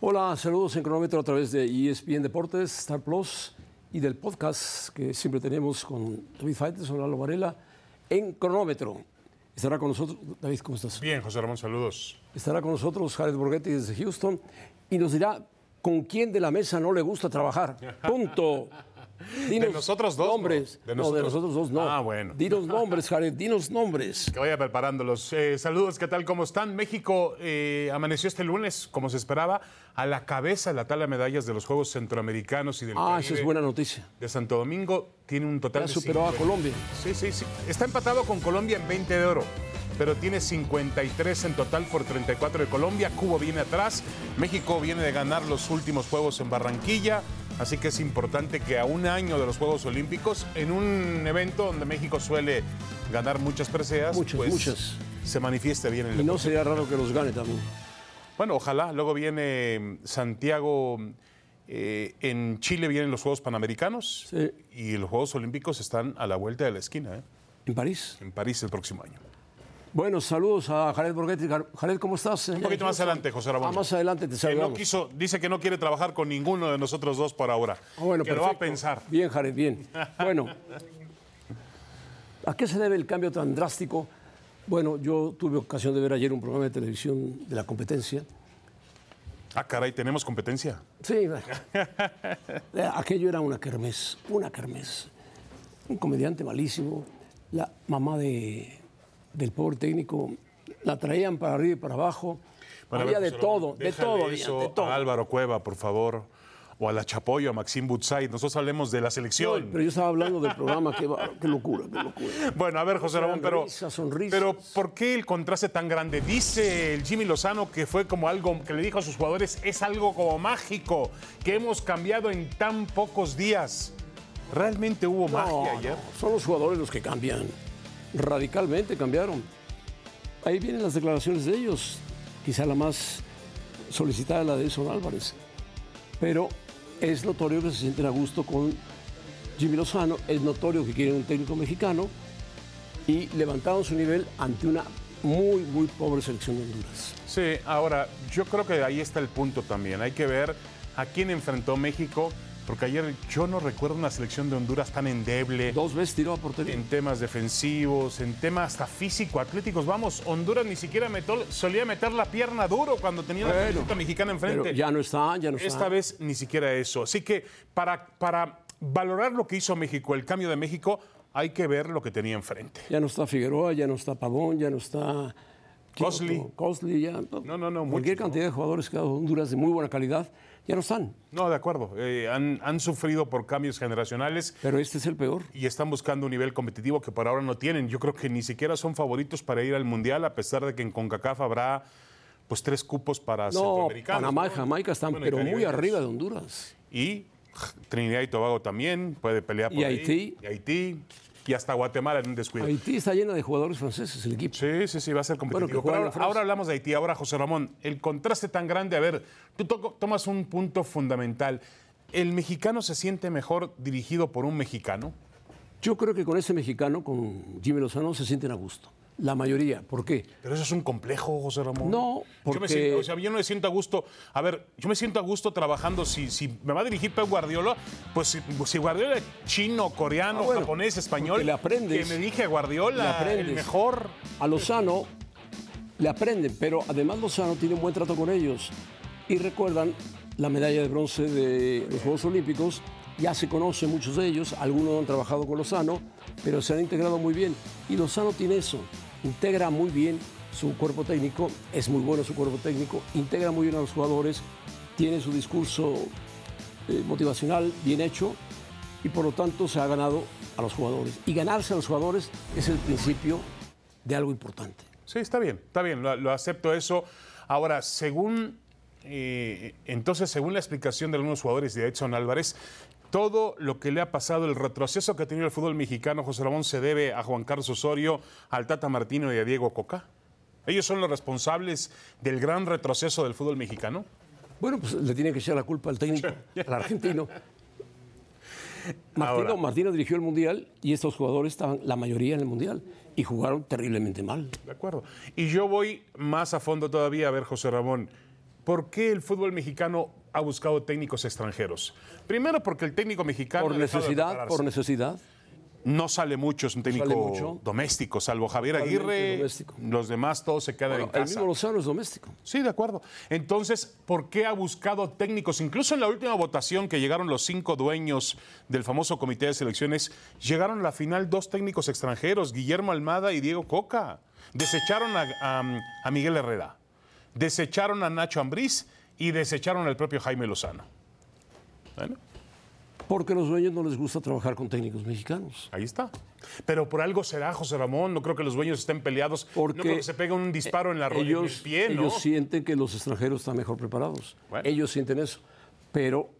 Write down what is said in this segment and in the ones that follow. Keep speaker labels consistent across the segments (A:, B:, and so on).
A: Hola, saludos en cronómetro a través de E ESPN Deportes, Star Plus y del podcast que siempre tenemos con David Faites o Lalo Varela en cronómetro. Estará con nosotros, David, ¿cómo estás?
B: Bien, José Ramón, saludos.
A: Estará con nosotros Jared Borghetti desde Houston y nos dirá con quién de la mesa no le gusta trabajar. Punto.
B: de nosotros dos.
A: Nombres.
B: ¿no? De
A: No, de nosotros dos no.
B: Ah, bueno.
A: Dinos nombres, Jared, dinos nombres.
B: Que vaya preparándolos. Eh, saludos, ¿qué tal? ¿Cómo están? México eh, amaneció este lunes, como se esperaba, a la cabeza de la tabla de medallas de los Juegos Centroamericanos y del
A: Ah, esa es
B: Caribe
A: buena noticia.
B: de Santo Domingo. Tiene un total
A: Ya
B: de
A: superó a
B: 50.
A: Colombia.
B: Sí, sí, sí. Está empatado con Colombia en 20 de oro, pero tiene 53 en total por 34 de Colombia. Cuba viene atrás. México viene de ganar los últimos Juegos en Barranquilla. Así que es importante que a un año de los Juegos Olímpicos, en un evento donde México suele ganar muchas preseas, pues,
A: Muchas, muchas.
B: se manifieste bien en el
A: Y no sería raro que los gane también.
B: bueno, ojalá. Luego viene mm, Santiago. eh, en Chile vienen los Juegos Panamericanos
A: Sí.
B: y los Juegos Olímpicos están a la vuelta de la esquina, ¿eh?
A: En París.
B: en París el próximo año.
A: Bueno, saludos a Jared Borghetti. Jar- Jared, ¿cómo estás?
B: Un poquito más adelante, José Ramón.
A: Ah, más adelante te
B: Que no
A: saludamos.
B: quiso, dice que no quiere trabajar con ninguno de nosotros dos por ahora.
A: Ah, bueno,
B: que lo va a
A: perfecto.
B: pensar.
A: Bien, Jared, bien. Bueno, ¿a qué se debe el cambio tan drástico? Bueno, yo tuve ocasión de ver ayer un programa de televisión de la competencia.
B: Ah, caray, tenemos competencia.
A: Sí, bueno. Eh, aquello era una kermés, una kermés. Un comediante malísimo, la mamá de, del pobre técnico, la traían para arriba y para abajo.
B: Bueno, a ver,
A: había de
B: José Ramón,
A: todo, de
B: déjale
A: todo, había,
B: eso
A: de todo.
B: A Álvaro Cueva, por favor. O a la Chapoyo, a Maxim Butzai. Nosotros hablemos de la selección.
A: No, pero yo estaba hablando del programa, qué, bar- qué locura, qué locura.
B: Bueno, a ver, José Ramón, pero,
A: Sonrisas, sonrisas.
B: pero ¿por qué el contraste tan grande? Dice el Jimmy Lozano que fue como algo que le dijo a sus jugadores, es algo como mágico, que hemos cambiado en tan pocos días. ¿Realmente hubo
A: No,
B: magia Ah, ayer?
A: no, son los jugadores los que cambian. Radicalmente cambiaron. Ahí vienen las declaraciones de ellos. Quizá la más solicitada la de Edson Álvarez. Pero es notorio que se sienten a gusto con Jimmy Lozano. Es notorio que quieren un técnico mexicano. Y levantaron su nivel ante una muy, muy pobre selección de Honduras.
B: Sí, ahora, yo creo que ahí está el punto también. Hay que ver a quién enfrentó México, porque ayer yo no recuerdo una selección de Honduras tan endeble.
A: Dos veces tiró a portería.
B: Eh, en temas defensivos, en temas hasta físico-atléticos. Vamos, Honduras ni siquiera metó- solía meter la pierna duro cuando tenía la
A: Bueno,
B: pelota mexicana
A: Pero
B: enfrente.
A: ya no está, ya no está.
B: Esta vez ni siquiera eso. Así que para, para valorar lo que hizo México, el cambio de México, hay que ver lo que tenía enfrente.
A: Ya no está Figueroa, ya no está Pavón, ya no está. ¿quién
B: Costly.
A: otro? Costly, ya.
B: No, no, no,
A: Cualquier
B: muchos, ¿no?
A: cantidad de jugadores que ha dado Honduras de muy buena calidad, ya no están.
B: No, de acuerdo. eh, han, han sufrido por cambios generacionales
A: Pero este es el peor.
B: y están buscando un nivel competitivo que por ahora no tienen. Yo creo que ni siquiera son favoritos para ir al Mundial, a pesar de que en CONCACAF habrá pues tres cupos para
A: No,
B: centroamericanos.
A: Panamá y
B: ¿no?
A: Jamaica están,
B: Bueno, y
A: pero muy
B: caribeños.
A: arriba de Honduras.
B: Y Trinidad y Tobago también puede pelear por
A: Y
B: ahí.
A: Haití.
B: Y Haití. Y hasta Guatemala en un descuido.
A: Haití está llena de jugadores franceses, el equipo.
B: Sí, sí, sí, va a ser
A: juegan
B: competitivo. Pero
A: en
B: ahora,
A: Francia.
B: ahora hablamos de Haití. Ahora, José Ramón, el contraste tan grande. A ver, tú toco- tomas un punto fundamental. ¿El mexicano se siente mejor dirigido por un mexicano?
A: Yo creo que con ese mexicano, con Jimmy Lozano, se sienten a gusto. La mayoría. ¿Por qué?
B: Pero eso es un complejo, José Ramón.
A: No,
B: Yo, me
A: porque-
B: siento, o sea, yo no me siento a gusto. A ver, yo me siento a gusto trabajando. Si, si me va a dirigir Pep Guardiola, pues si, si Guardiola es chino, coreano,
A: Ah, bueno,
B: japonés, español,
A: porque le aprendes.
B: que me dirige a
A: Le
B: Guardiola,
A: aprendes.
B: el mejor.
A: A Lozano le aprenden, pero además Lozano tiene un buen trato con ellos. Y recuerdan la medalla de bronce de los Juegos Olímpicos. Ya se conocen muchos de ellos, algunos han trabajado con Lozano, pero se han integrado muy bien. Y Lozano tiene eso, integra muy bien su cuerpo técnico, es muy bueno su cuerpo técnico, integra muy bien a los jugadores, tiene su discurso eh, motivacional bien hecho y por lo tanto se ha ganado a los jugadores. Y ganarse a los jugadores es el principio de algo importante.
B: Sí, está bien, está bien, lo, lo acepto eso. Ahora, según. eh, entonces, según la explicación de algunos jugadores y de Edson Álvarez, todo lo que le ha pasado, el retroceso que ha tenido el fútbol mexicano, José Ramón, se debe a Juan Carlos Osorio, al Tata Martino y a Diego Coca. ¿Ellos son los responsables del gran retroceso del fútbol mexicano?
A: Bueno, pues le tiene que echar la culpa al técnico, al argentino.
B: Ahora.
A: Martino, Martino dirigió el Mundial y estos jugadores estaban la mayoría en el Mundial y jugaron terriblemente mal.
B: De acuerdo. Y yo voy más a fondo todavía a ver, José Ramón. ¿por qué el fútbol mexicano ha buscado técnicos extranjeros? Primero porque el técnico mexicano...
A: Por
B: ha dejado de
A: necesidad,
B: prepararse.
A: por necesidad.
B: No sale mucho, es un técnico
A: sale mucho.
B: doméstico, salvo Javier
A: Totalmente
B: Aguirre,
A: doméstico.
B: los demás todos se quedan
A: Bueno,
B: en
A: el
B: casa.
A: mismo Lozano es doméstico.
B: Sí, de acuerdo. Entonces, ¿por qué ha buscado técnicos? Incluso en la última votación que llegaron los cinco dueños del famoso comité de selecciones, llegaron a la final dos técnicos extranjeros, Guillermo Almada y Diego Coca. Desecharon a, a- a Miguel Herrera, desecharon a Nacho Ambriz y desecharon al propio Jaime Lozano. Bueno,
A: Porque a los dueños no les gusta trabajar con técnicos mexicanos.
B: ahí está. Pero por algo será, José Ramón. No creo que los dueños estén peleados. no
A: Porque eh,
B: creo que se pegue un disparo en la ro- en el
A: Ellos,
B: pie, ¿no?
A: ellos sienten que los extranjeros están mejor preparados.
B: Bueno.
A: Ellos sienten eso. Pero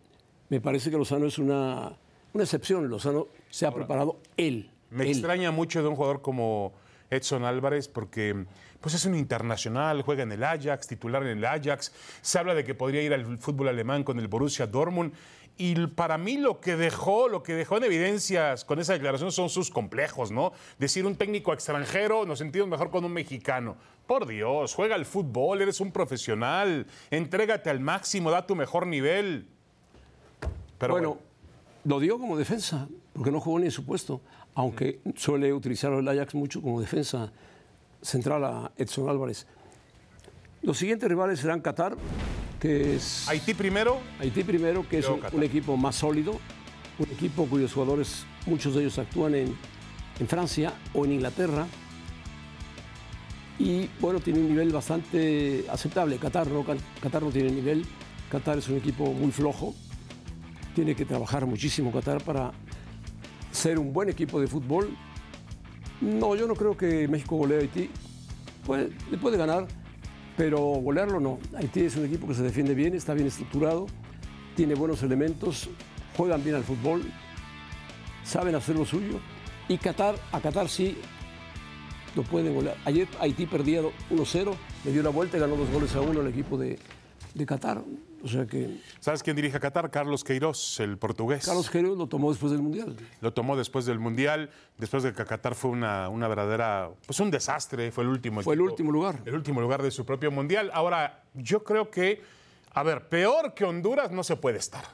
A: me parece que Lozano es una, una excepción. Lozano se ha preparado él.
B: Me
A: él.
B: extraña mucho de un jugador como Edson Álvarez porque pues es un internacional, juega en el Ajax, titular en el Ajax, se habla de que podría ir al fútbol alemán con el Borussia Dortmund y l- para mí lo que dejó, lo que dejó en evidencias con esa declaración son sus complejos, ¿no? Decir un técnico extranjero, nos sentimos mejor con un mexicano. Por Dios, juega al fútbol, eres un profesional, entrégate al máximo, da tu mejor nivel. Pero
A: bueno, lo dio como defensa, porque no jugó ni en su puesto, aunque suele utilizar el Ajax mucho como defensa central a Edson Álvarez. Los siguientes rivales serán Qatar, que es
B: Haití primero,
A: Haití primero, que es
B: Luego
A: un,
B: Qatar.
A: un equipo más sólido, un equipo cuyos jugadores, muchos de ellos actúan en, en Francia o en Inglaterra. Y bueno, tiene un nivel bastante aceptable. Qatar no, Can- Qatar no tiene nivel. Qatar es un equipo muy flojo. Tiene que trabajar muchísimo Qatar para ser un buen equipo de fútbol. No, yo no creo que México golee a Haití. Puede, Pues, le puede ganar, pero golearlo no. Haití es un equipo que se defiende bien, está bien estructurado, tiene buenos elementos, juegan bien al fútbol, saben hacer lo suyo. Y Qatar, a Qatar sí lo pueden golear. Ayer Haití perdía 1-0, le dio la vuelta y ganó dos goles a uno el equipo de, de Qatar. O sea que
B: ¿sabes quién dirige a Qatar? Carlos Queiroz, el portugués.
A: Carlos Queiroz lo tomó después del Mundial.
B: Lo tomó después del Mundial, después de que Qatar fue una, una verdadera, pues un desastre, fue el último.
A: Fue el último lugar.
B: El último lugar de su propio Mundial. Ahora, yo creo que, a ver, peor que Honduras no se puede estar.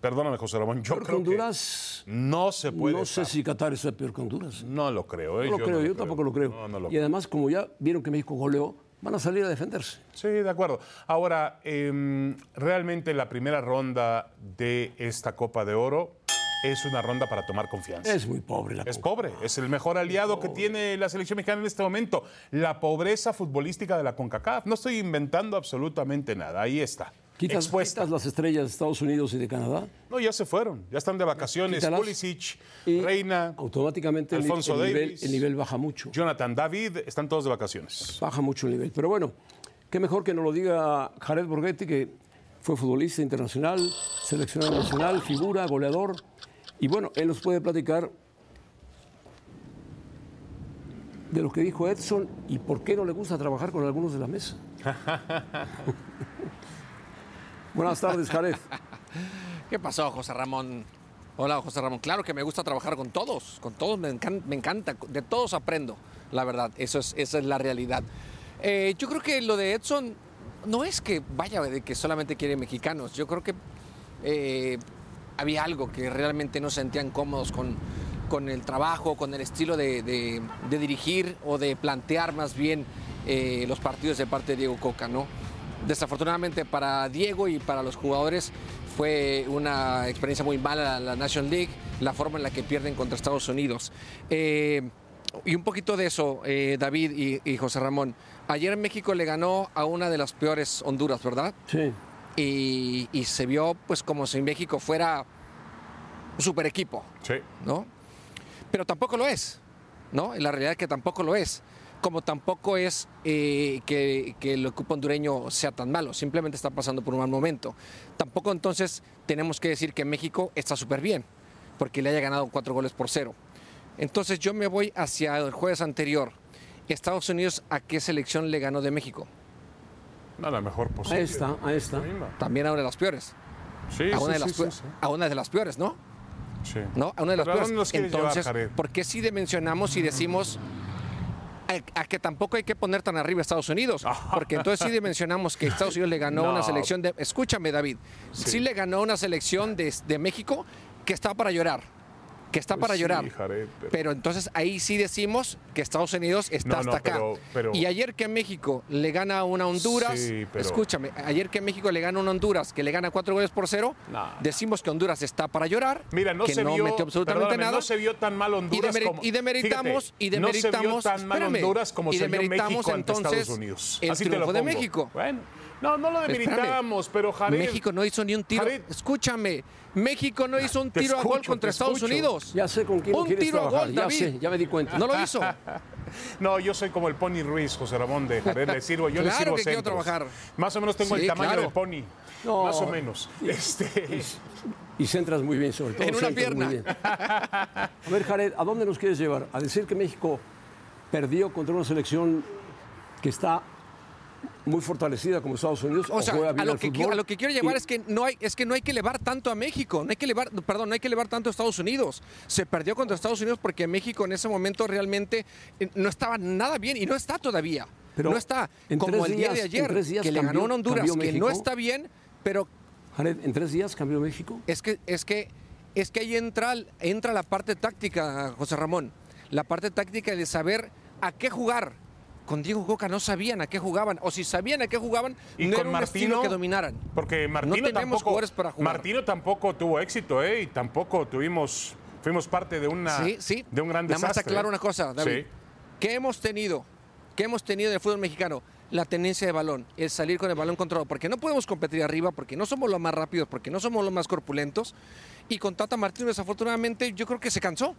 B: Perdóname, José Ramón, yo
A: Peor que
B: creo que
A: Honduras,
B: no se puede
A: no sé
B: estar.
A: si Qatar está peor que Honduras.
B: No lo creo, ¿eh?
A: No lo creo, yo tampoco lo creo.
B: No, no lo
A: y además, como ya vieron que México goleó, van a salir a defenderse.
B: Sí, de acuerdo. Ahora, em, realmente la primera ronda de esta Copa de Oro es una ronda para tomar confianza.
A: Es muy pobre la
B: Es
A: Copa.
B: pobre, es el mejor aliado que tiene la selección mexicana en este momento. La pobreza futbolística de la CONCACAF. No estoy inventando absolutamente nada, ahí está.
A: Quitas,
B: expuesta.
A: quitas las estrellas de Estados Unidos y de Canadá
B: No, ya se fueron, ya están de vacaciones.
A: Quítalas.
B: Pulisic,
A: y
B: Reina,
A: automáticamente el, ni-
B: Alfonso
A: el nivel,
B: Davis.
A: el nivel baja mucho.
B: Jonathan, David, están todos de vacaciones.
A: Baja mucho el nivel. Pero bueno, qué mejor que nos lo diga Jared Borghetti, que fue futbolista internacional, seleccionado nacional, figura, goleador. Y bueno, él nos puede platicar de lo que dijo Edson y por qué no le gusta trabajar con algunos de la mesa. Buenas tardes, Jared.
C: ¿Qué pasó, José Ramón? Hola, José Ramón. Claro que me gusta trabajar con todos, con todos me, encan- me encanta, de todos aprendo, la verdad, eso es, esa es la realidad. Eh, yo creo que lo de Edson no es que vaya de que solamente quiere mexicanos, yo creo que eh, había algo que realmente no se sentían cómodos con, con el trabajo, con el estilo de, de- de dirigir o de plantear más bien eh, los partidos de parte de Diego Coca, ¿no? Desafortunadamente para Diego y para los jugadores fue una experiencia muy mala la National League, la forma en la que pierden contra Estados Unidos. Eh, y un poquito de eso, eh, David y, y José Ramón. Ayer México le ganó a una de las peores Honduras, ¿verdad?
A: Sí.
C: y, y se vio pues como si México fuera un super equipo,
B: Sí.
C: ¿no? Pero tampoco lo es, ¿no? La realidad es que tampoco lo es. Como tampoco es eh, que, que el equipo hondureño sea tan malo, simplemente está pasando por un mal momento. Tampoco entonces tenemos que decir que México está súper bien, porque le haya ganado cuatro goles por cero. Entonces yo me voy hacia el jueves anterior. Estados Unidos, ¿a qué selección le ganó de México?
B: A la mejor posible.
A: Ahí está, ahí está.
C: También a una de las peores.
B: Sí,
C: A una, de
B: sí,
C: las
B: sí,
C: peor-
B: sí,
C: a una de las peores, ¿no?
B: sí. Sí.
C: ¿no? A una de las
B: Pero ¿a dónde
C: peores.
B: nos quieres llevar,
C: Entonces,
B: Jared?
C: ¿por qué si dimensionamos y decimos a, a que tampoco hay que poner tan arriba a Estados Unidos, porque entonces sí dimensionamos que Estados Unidos le ganó una
B: No.
C: selección de... Escúchame, David, sí, le ganó una selección de, de México que está para llorar, que está
B: Pues
C: para
B: sí,
C: llorar.
B: Jared, pero-
C: Pero entonces ahí sí decimos que Estados Unidos está
B: No,
C: hasta
B: no,
C: acá.
B: pero- pero-
C: Y ayer que México le gana a una Honduras,
B: Sí, pero-
C: escúchame, ayer que México le gana a una Honduras que le gana cuatro goles por cero,
B: No.
C: decimos que Honduras está para llorar,
B: Mira, no
C: que
B: se
C: no
B: vio,
C: metió absolutamente
B: perdóname,
C: nada.
B: no se vio tan mal Honduras
C: y, demeri-
B: como
C: y demeritamos
B: Fíjate,
C: y demeritamos
B: no se vio tan mal
C: espérame,
B: Honduras como
C: y
B: se vio
C: demeritamos
B: México ante
C: entonces
B: Estados Unidos.
C: el
B: Así te lo
C: triunfo de
B: pongo.
C: México.
B: Bueno, no, no lo demeritamos,
C: Espérame.
B: pero Jared,
C: México no hizo ni un tiro.
B: Jared.
C: Escúchame, México no hizo un
B: Te
C: tiro a gol
B: escucho,
C: contra
B: te
C: Estados
B: escucho.
C: Unidos.
A: Ya sé con quién
C: un
A: quieres
C: tiro a
A: trabajar,
C: gol,
A: ya
C: David.
A: sé, ya me di cuenta.
C: No lo hizo.
B: No, yo soy como el Pony Ruiz, José Ramón de Jared, le sirvo, yo
C: Claro
B: le sirvo
C: que quiero
B: centros.
C: trabajar.
B: Más o menos tengo
C: Sí,
B: el tamaño
C: claro.
B: del Pony.
A: No.
B: Más o menos. Este,
A: Y centras muy bien, sobre todo.
C: En una
A: centras
C: pierna.
A: muy bien. A ver, Jared, ¿a dónde nos quieres llevar? A decir que México perdió contra una selección que está muy fortalecida como Estados Unidos.
C: O sea,
A: juega
C: a
A: bien
C: lo,
A: al
C: que, qui-
A: fútbol,
C: a lo que quiero llevar
A: y-
C: es que no hay es que no hay que elevar tanto a México, no hay que elevar, perdón, no hay que elevar tanto a Estados Unidos. Se perdió contra Estados Unidos porque México en ese momento realmente eh, no estaba nada bien y no está todavía.
A: Pero
C: no está
A: en
C: como
A: tres
C: el día de
A: días- en
C: ayer
A: tres días
C: que le
A: cambió-
C: ganó a Honduras
A: cambió
C: que no
A: México.
C: está bien, pero
A: Jared, ¿en tres días cambió México?
C: es que, es que, es que ahí entra, entra la parte táctica, José Ramón. La parte táctica de saber a qué jugar. Con Diego Coca no sabían a qué jugaban. O si sabían a qué jugaban,
B: y
C: no
B: con
C: era un
B: Martino
C: estilo que dominaran.
B: Porque Martino
C: no tenemos
B: tampoco,
C: jugadores para jugar.
B: Martino tampoco tuvo éxito, ¿eh? Y tampoco tuvimos, fuimos parte de una,
C: sí, sí.
B: Ah, de un gran
C: Nada más
B: desastre. ¿eh?
C: aclaro una cosa, David.
B: Sí.
C: ¿Qué hemos tenido? ¿Qué hemos tenido en el fútbol mexicano? La tenencia de balón, el salir con el balón controlado, porque no podemos competir arriba, porque no somos los más rápidos, porque no somos los más corpulentos. Y con Tata Martino, desafortunadamente, yo creo que se cansó.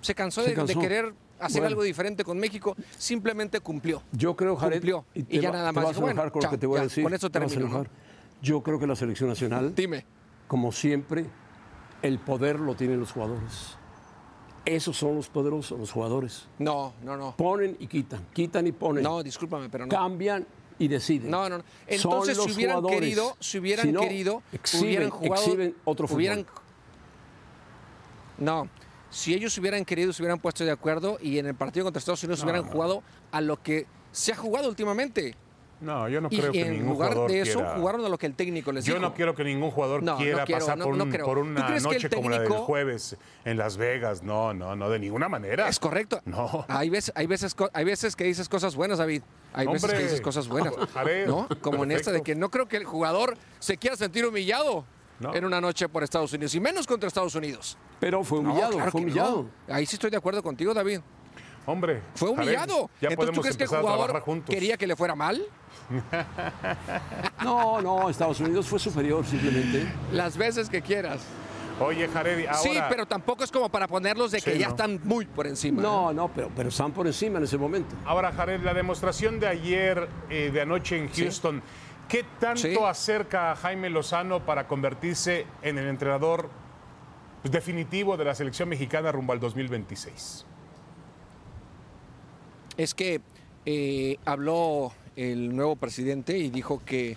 C: Se cansó,
A: Se
C: de,
A: cansó.
C: de querer hacer
A: Bueno.
C: algo diferente con México. Simplemente cumplió.
A: Yo creo, Jared,
C: Cumplió. Y,
A: te
C: ya
A: va-
C: nada
A: te
C: más.
A: vas a
C: dijo, bueno,
A: enojar con
C: chao,
A: lo que te voy
C: ya,
A: a decir.
C: Con eso
A: te vas a
C: termino. ¿no?
A: enojar. Yo creo que la selección nacional,
C: Dime.
A: como siempre, el poder lo tienen los jugadores. Esos son los poderosos, los jugadores.
C: No, no, no.
A: Ponen y quitan, quitan y ponen.
C: No, discúlpame, pero no.
A: cambian y deciden.
C: No, no, no.
A: Son
C: Entonces, si
A: los
C: hubieran
A: jugadores.
C: querido, si hubieran
A: Si no,
C: querido,
A: exhiben-
C: hubieran jugado.
A: exhiben otro fútbol.
C: hubieran- No. Si ellos hubieran querido, se hubieran puesto de acuerdo y en el partido contra Estados Unidos hubieran jugado a lo que se ha jugado últimamente.
B: No, yo no
C: Y,
B: creo
C: y
B: que
C: en
B: ningún
C: lugar
B: jugador
C: de eso,
B: quiera-
C: jugaron a lo que el técnico les
B: Yo
C: dijo.
B: no quiero que ningún jugador
C: No, no
B: quiera
C: quiero,
B: pasar
C: no-
B: por,
C: no
B: un-
C: creo.
B: por
C: ¿Tú
B: una
C: crees que el
B: noche como la del
C: técnico-
B: jueves en Las Vegas. No, no, no, de ninguna manera.
C: Es correcto.
B: No.
C: Hay veces, hay veces, co- hay veces que dices cosas buenas, David. Hay veces
B: Hombre.
C: que dices cosas buenas.
B: Jared,
C: ¿No? Como en esta de
B: perfecto.
C: que no creo que el jugador se quiera sentir humillado
B: No.
C: en una noche por Estados Unidos. Y menos contra Estados Unidos.
A: Pero fue
C: No,
A: humillado,
C: claro
A: fue
C: que
A: humillado.
C: no. Ahí sí estoy de acuerdo contigo, David.
B: Hombre.
C: Fue
B: Jared,
C: humillado.
B: ya
C: Entonces,
B: podemos
C: ¿tú crees que el
B: empezar a
C: jugador
B: trabajar juntos.
C: quería que le fuera mal?
A: No, no, Estados Unidos fue superior simplemente.
C: Las veces que quieras.
B: Oye, Jared, ahora...
C: sí, pero tampoco es como para ponerlos de que
B: Sí,
C: ya
B: no.
C: están muy por encima.
A: No, no, pero, pero están por encima en ese momento.
B: Ahora, Jared, la demostración de ayer, eh, de anoche en Houston, ¿qué tanto
C: Sí.
B: acerca a Jaime Lozano para convertirse en el entrenador pues, definitivo de la selección mexicana rumbo al 2026?
C: Es que eh, habló el nuevo presidente y dijo que,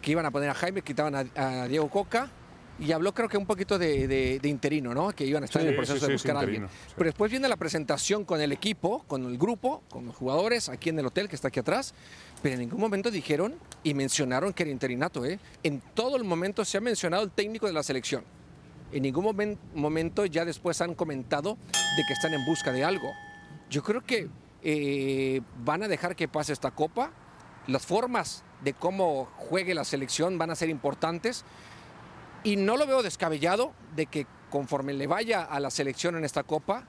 C: que iban a poner a Jaime, quitaban a, a Diego Coca y habló creo que un poquito de, de- de interino, ¿no? Que iban a estar
B: Sí,
C: en el proceso
B: sí, sí,
C: de
B: sí,
C: buscar a alguien.
B: interino, sí.
C: Pero después viene la presentación con el equipo, con el grupo, con los jugadores, aquí en el hotel que está aquí atrás. Pero en ningún momento dijeron y mencionaron que era interinato, ¿eh? En todo el momento se ha mencionado el técnico de la selección. En ningún momen- momento ya después han comentado de que están en busca de algo. Yo creo que eh, van a dejar que pase esta copa. Las formas de cómo juegue la selección van a ser importantes. Y no lo veo descabellado de que conforme le vaya a la selección en esta copa,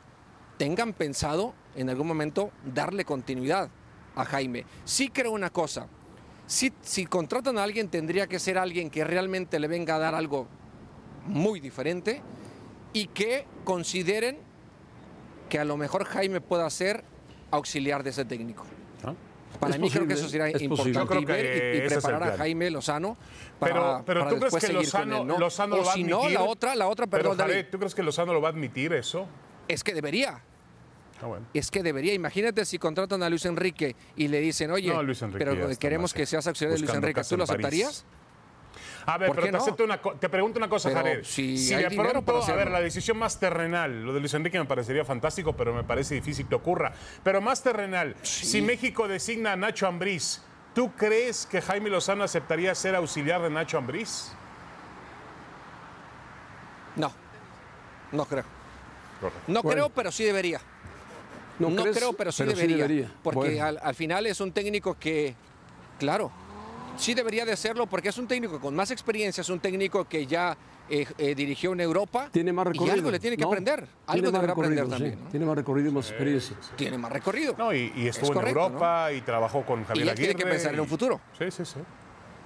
C: tengan pensado en algún momento darle continuidad a Jaime. Sí creo una cosa. Si, si contratan a alguien, tendría que ser alguien que realmente le venga a dar algo muy diferente y que consideren que a lo mejor Jaime pueda ser auxiliar de ese técnico. Para
A: Es
C: mí creo
A: posible,
C: que eso será
A: es posible.
C: importante
B: Yo creo
C: y, ver
B: que
C: y- y
B: ese es el
C: preparar a
B: plan.
C: Jaime Lozano para,
B: pero pero
C: para
B: ¿tú crees
C: después
B: que
C: seguir
B: Lozano,
C: con él, ¿no?
B: Lozano
C: o
B: lo va a
C: si
B: admitir?
C: no, la otra, la otra, perdón,
B: pero, Jared,
C: David,
B: ¿tú crees que Lozano lo va a admitir eso?
C: es que debería,
B: Ah, bueno.
C: es que debería. Imagínate si contratan a Luis Enrique y le dicen, oye,
B: No, Luis Enrique ya
C: pero
B: está
C: queremos
B: más, eh,
C: que seas auxiliar de Luis
B: buscando
C: Enrique,
B: casa
C: ¿tú lo
B: en París.
C: aceptarías?
B: A ver,
C: ¿Por
B: pero
C: qué
B: te,
C: no?
B: acepto una co- te pregunto una cosa,
C: Pero
B: Jared.
C: si hay
B: de
C: dinero para
B: pronto, a ver,
C: hacerlo.
B: la decisión más terrenal, lo de Luis Enrique me parecería fantástico, pero me parece difícil que ocurra. Pero más terrenal, si México designa a Nacho Ambriz, ¿tú crees que Jaime Lozano aceptaría ser auxiliar de Nacho Ambriz?
C: No, no creo. No
A: Bueno.
C: creo, pero sí debería. No,
A: crees?
C: creo, pero sí debería. Porque
A: Bueno.
C: al, al final es un técnico que, claro, sí debería de hacerlo porque es un técnico con más experiencia, es un técnico que ya eh, eh, dirigió en Europa.
A: Tiene más recorrido.
C: Y algo le tiene que
A: ¿no?
C: aprender. Algo
A: Tiene más
C: deberá aprender
A: recorrido, sí.
C: también. ¿no?
A: Tiene más recorrido y más experiencia.
C: Tiene más recorrido.
B: No, y, y
C: Es
B: estuvo en
C: correcto,
B: Europa y trabajó con Javier
C: Y él
B: Aguirre.
C: tiene que pensar en un
B: y-
C: futuro.
B: Sí, sí, sí.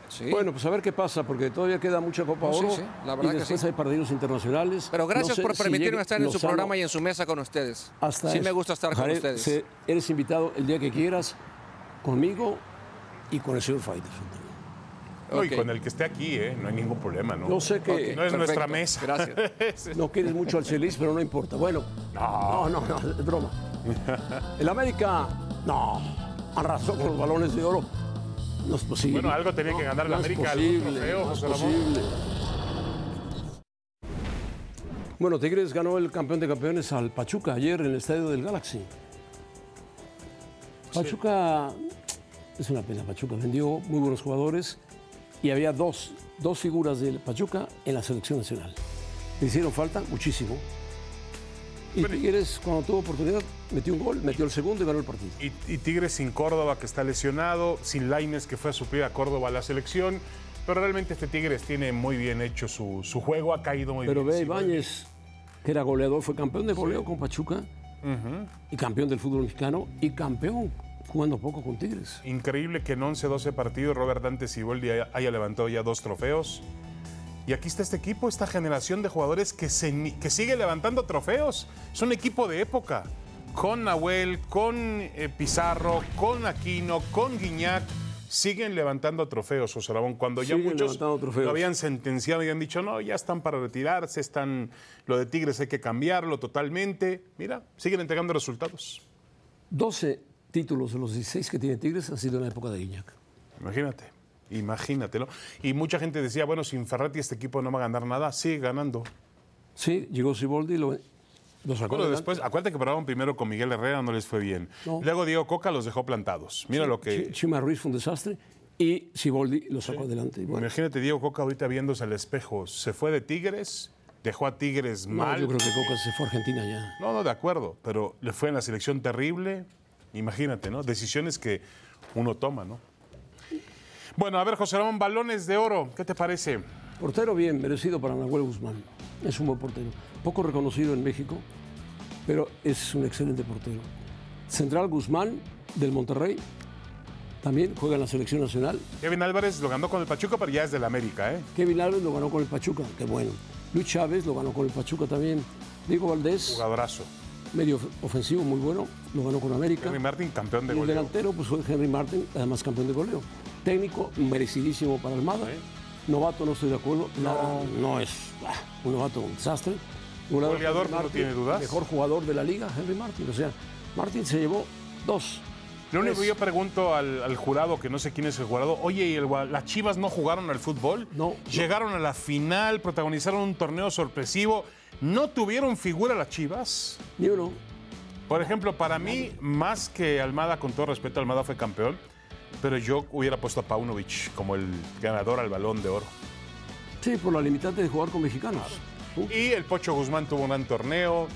C: Sí.
A: Bueno, pues a ver qué pasa, porque todavía queda mucha Copa
C: No, sí,
A: Oro
C: sí, la
A: y
C: verdad que
A: después
C: sí.
A: hay partidos internacionales.
C: Pero gracias
A: No sé
C: por
A: si
C: permitirme
A: llegue
C: estar en su
A: Lozano
C: programa y en su mesa con ustedes.
A: hasta
C: sí
A: eso.
C: me gusta estar con
A: Jared,
C: ustedes.
A: se- eres invitado el día que quieras conmigo y con el señor Faitelson.
B: No, y
C: Ok.
B: con el que esté aquí, ¿eh? no hay ningún problema, ¿no?
A: No sé qué.
C: Ok,
B: No es nuestra
C: perfecto.
B: mesa.
C: Gracias.
A: No quieres mucho al Chelis, pero no importa. Bueno, no, no, no, es broma. El América, no, arrasó con los balones de oro. No es posible.
B: Bueno, algo tenía que ganar el
A: No es
B: América, algún
A: posible,
B: trofeo,
A: no es
B: José Ramón.
A: posible. Bueno, Tigres ganó el campeón de campeones al Pachuca ayer en el estadio del Galaxy. Pachuca es una pena. Pachuca vendió muy buenos jugadores y había dos, dos figuras del Pachuca en la selección nacional. Le hicieron falta muchísimo. Y
B: Pero-
A: Tigres, cuando tuvo oportunidad, metió un gol, metió el segundo y ganó el partido.
B: Y, y Tigres sin Córdoba, que está lesionado, sin Laines, que fue a suplir a Córdoba a la selección. Pero realmente este Tigres tiene muy bien hecho su, su juego, ha caído muy
A: Pero
B: bien.
A: ve
B: sí, muy bien.
A: Ibáñez, que era goleador, fue campeón de goleo con Pachuca y campeón del fútbol mexicano y campeón jugando poco con Tigres.
B: Increíble que en 11, 12 partidos Robert Dante Siboldi haya, haya levantado ya dos trofeos. Y aquí está este equipo, esta generación de jugadores que, se ni- que sigue levantando trofeos. Es un equipo de época. Con Nahuel, con eh, Pizarro, con Aquino, con Guiñac. Siguen levantando trofeos, José Ramón, cuando ya
A: Siguen
B: muchos
A: levantando trofeos.
B: lo habían sentenciado y han dicho, no, ya están para retirarse, están lo de Tigres hay que cambiarlo totalmente. Mira, siguen entregando resultados.
A: 12 títulos de los 16 que tiene Tigres han sido en la época de Guiñac.
B: Imagínate, imagínatelo. Y mucha gente decía, bueno, sin Ferrati este equipo no va a ganar nada. Sigue ganando.
A: Sí, llegó Siboldi, lo, lo sacó.
B: Bueno,
A: adelante.
B: después, acuérdate que probaron primero con Miguel Herrera, no les fue bien.
A: No.
B: Luego Diego Coca los dejó plantados. Mira lo que...
A: Chi- Chima Ruiz fue un desastre y Siboldi lo sacó adelante. Y Bueno,
B: Imagínate Diego Coca ahorita viéndose al espejo. Se fue de Tigres, dejó a Tigres
A: no,
B: mal.
A: yo creo que Coca se fue a Argentina ya.
B: No, no, de acuerdo, pero le fue en la selección terrible. Imagínate, ¿no? Decisiones que uno toma, ¿no? Bueno, a ver, José Ramón, balones de oro, ¿qué te parece?
A: Portero bien, merecido para Nahuel Guzmán. Es un buen portero. Poco reconocido en México, pero es un excelente portero. Central Guzmán del Monterrey también juega en la selección nacional.
B: Kevin Álvarez lo ganó con el Pachuca, pero ya es del América, ¿eh?
A: Kevin Álvarez lo ganó con el Pachuca, qué bueno. Luis Chávez lo ganó con el Pachuca también. Diego Valdés,
B: Jugadorazo.
A: medio ofensivo, muy bueno, lo ganó con América.
B: Henry Martin, campeón de
A: Y el
B: goleo.
A: delantero pues, fue Henry Martin, además campeón de goleo. Técnico merecidísimo para Almada. Novato, no estoy de acuerdo. No, no es ah, un novato un desastre.
B: Goleador,
A: Henry
B: no tiene dudas.
A: Mejor jugador de la liga, Henry Martin. O sea, Martin se llevó dos.
B: Lo único que yo pregunto al, al jurado, que no sé quién es el jurado, oye, ¿y el Gua- las Chivas no jugaron al fútbol?
A: No, no.
B: Llegaron a la final, protagonizaron un torneo sorpresivo. ¿No tuvieron figura las Chivas?
A: Ni uno.
B: Por ejemplo, para mí, más que Almada, con todo respeto, Almada fue campeón, pero yo hubiera puesto a Paunovic como el ganador al balón de oro.
A: Sí, por la limitante de jugar con mexicanos. Uh,
B: Y el Pocho Guzmán tuvo un gran torneo.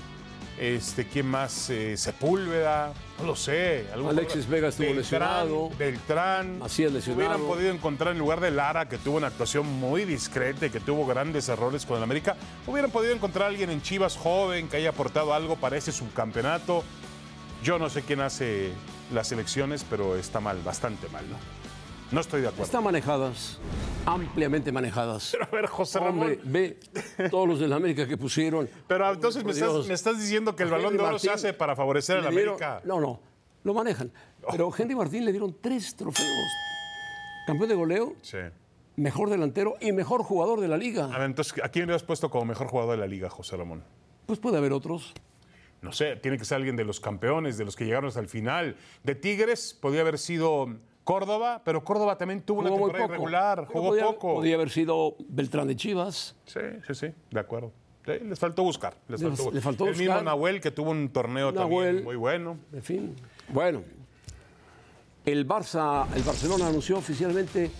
B: Este, ¿Quién más? Eh, Sepúlveda, no lo sé. algún
A: Alexis
B: jugador.
A: Vega estuvo
B: Beltrán,
A: lesionado.
B: Beltrán.
A: Macías lesionado.
B: Hubieran podido encontrar en lugar de Lara, que tuvo una actuación muy discreta y que tuvo grandes errores con el América, hubieran podido encontrar a alguien en Chivas joven que haya aportado algo para ese subcampeonato. Yo no sé quién hace las elecciones, pero está mal, bastante mal, ¿no? No estoy de acuerdo.
A: Están manejadas, ampliamente manejadas.
B: A ver, José Ramón.
A: Hombre, ve todos los de la América que pusieron.
B: Pero entonces
A: Por
B: me estás,
A: Dios.
B: me estás diciendo que el
A: Henry
B: balón de oro se
A: Martín
B: hace para favorecer a la
A: le dieron-
B: América. Oh.
A: No, no, lo manejan. Pero Henry Martín le dieron tres trofeos. Campeón de goleo,
B: Sí. A
A: mejor delantero y mejor jugador de la liga.
B: ver, entonces, ¿a quién le has puesto como mejor jugador de la liga, José Ramón?
A: Pues puede haber otros.
B: No sé, tiene que ser alguien de los campeones, de los que llegaron hasta el final. De Tigres podría haber sido Córdoba, pero Córdoba también tuvo una
A: Jugó muy
B: temporada
A: poco.
B: irregular,
A: Pero
B: jugó
A: podía-
B: poco.
A: Podía haber sido Beltrán de Chivas.
B: Sí, sí, sí, de acuerdo. Sí, les faltó buscar. Les
A: Les-
B: faltó,
A: le faltó
B: el
A: buscar.
B: mismo Nahuel que tuvo un torneo
A: Nahuel.
B: también muy bueno.
A: En fin. Bueno, el Barça, el Barcelona anunció oficialmente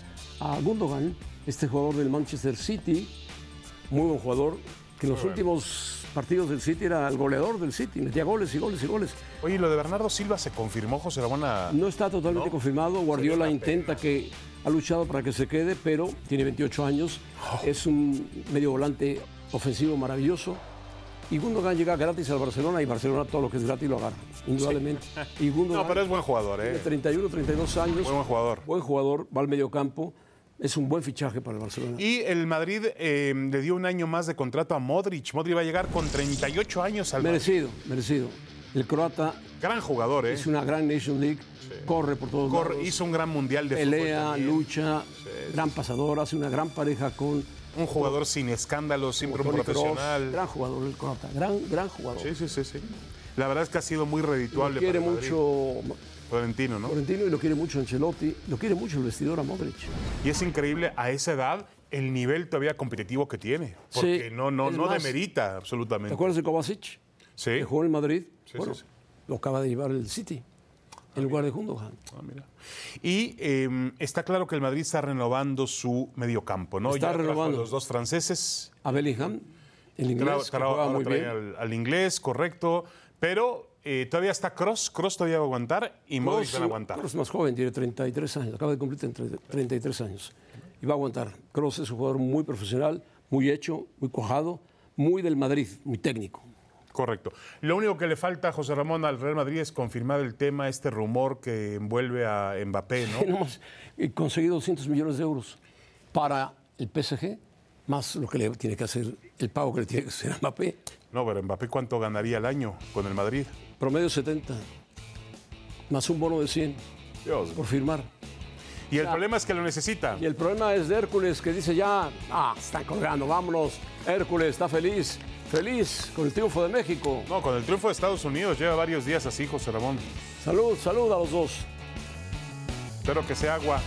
A: a Gundogan, este jugador del Manchester City, muy buen jugador, que en los últimos partidos del City era el goleador del City, metía goles y goles y goles.
B: Oye, ¿y lo de Bernardo Silva se confirmó, José Ramona.
A: No está totalmente confirmado. Guardiola intenta que ha luchado para que se quede, pero tiene 28 años.
B: Oh.
A: Es un medio volante ofensivo maravilloso. Y Gundogan llega gratis al Barcelona y Barcelona todo lo que es gratis lo agarra, indudablemente. Y Gundogan
B: No, pero es buen jugador,
A: tiene
B: ¿eh?
A: 31, 32 años.
B: Buen jugador.
A: Buen jugador, va al mediocampo. Es un buen fichaje para el Barcelona.
B: Y el Madrid eh, le dio un año más de contrato a Modric. Madrid va a llegar con 38 años al Madrid.
A: Merecido, merecido. El croata
B: Gran jugador, ¿eh?
A: es una gran Nation League, corre por todos
B: Cor-
A: lados.
B: hizo un gran mundial de fútbol.
A: pelea,
B: también.
A: lucha, gran pasador, hace una gran pareja con
B: Un jugador sin escándalos, siempre un
A: Toni Kroos,
B: profesional.
A: Gran jugador el croata, gran, gran jugador.
B: Sí, sí, sí, sí. La verdad es que ha sido muy
A: Lo
B: redituable.
A: quiere
B: para el Madrid.
A: mucho
B: Florentino, ¿no?
A: Florentino y lo quiere mucho Ancelotti, lo quiere mucho el vestidor a Modric.
B: Y es increíble a esa edad el nivel todavía competitivo que tiene. Porque
A: Sí,
B: no, no,
A: es
B: no
A: más-
B: demerita absolutamente.
A: ¿Te acuerdas de Kovacic?
B: Sí.
A: Que jugó en el Madrid.
B: Sí,
A: bueno,
B: sí, sí.
A: lo acaba de llevar el City, en lugar de Gundogan.
B: Ah, mira. Y eh, está claro que el Madrid está renovando su mediocampo, ¿no?
A: Está
B: Ya trajo a
A: renovando.
B: los dos franceses.
A: A Bellingham, el inglés,
B: Tra-
A: que
B: tra-
A: juega
B: ahora
A: muy
B: traen
A: bien.
B: Al, al inglés, correcto. Pero eh, todavía está Cross, Cross todavía va a aguantar y Modric
A: Kroos-
B: van a aguantar.
A: Kroos más joven, tiene 33 años, acaba de cumplir 30 33 años. Y va a aguantar. Cross es un jugador muy profesional, muy hecho, muy cuajado, muy del Madrid, muy técnico.
B: Correcto. Lo único que le falta a José Ramón al Real Madrid es confirmar el tema, este rumor que envuelve a Mbappé, ¿no?
A: Tenemos conseguido 200 millones de euros para el PSG, más lo que le tiene que hacer, el pago que le tiene que hacer a Mbappé.
B: No, pero Mbappé, ¿cuánto ganaría al año con el Madrid?
A: Promedio 70, más un bono de 100
B: Dios.
A: por firmar.
B: Y el problema es que lo necesita.
A: Y el problema es de Hércules, que dice ya, ah, están colgando, vámonos. Hércules está feliz, feliz con el triunfo de México.
B: No, con el triunfo de Estados Unidos lleva varios días así, José Ramón.
A: Salud, salud a los dos.
B: Espero que sea agua.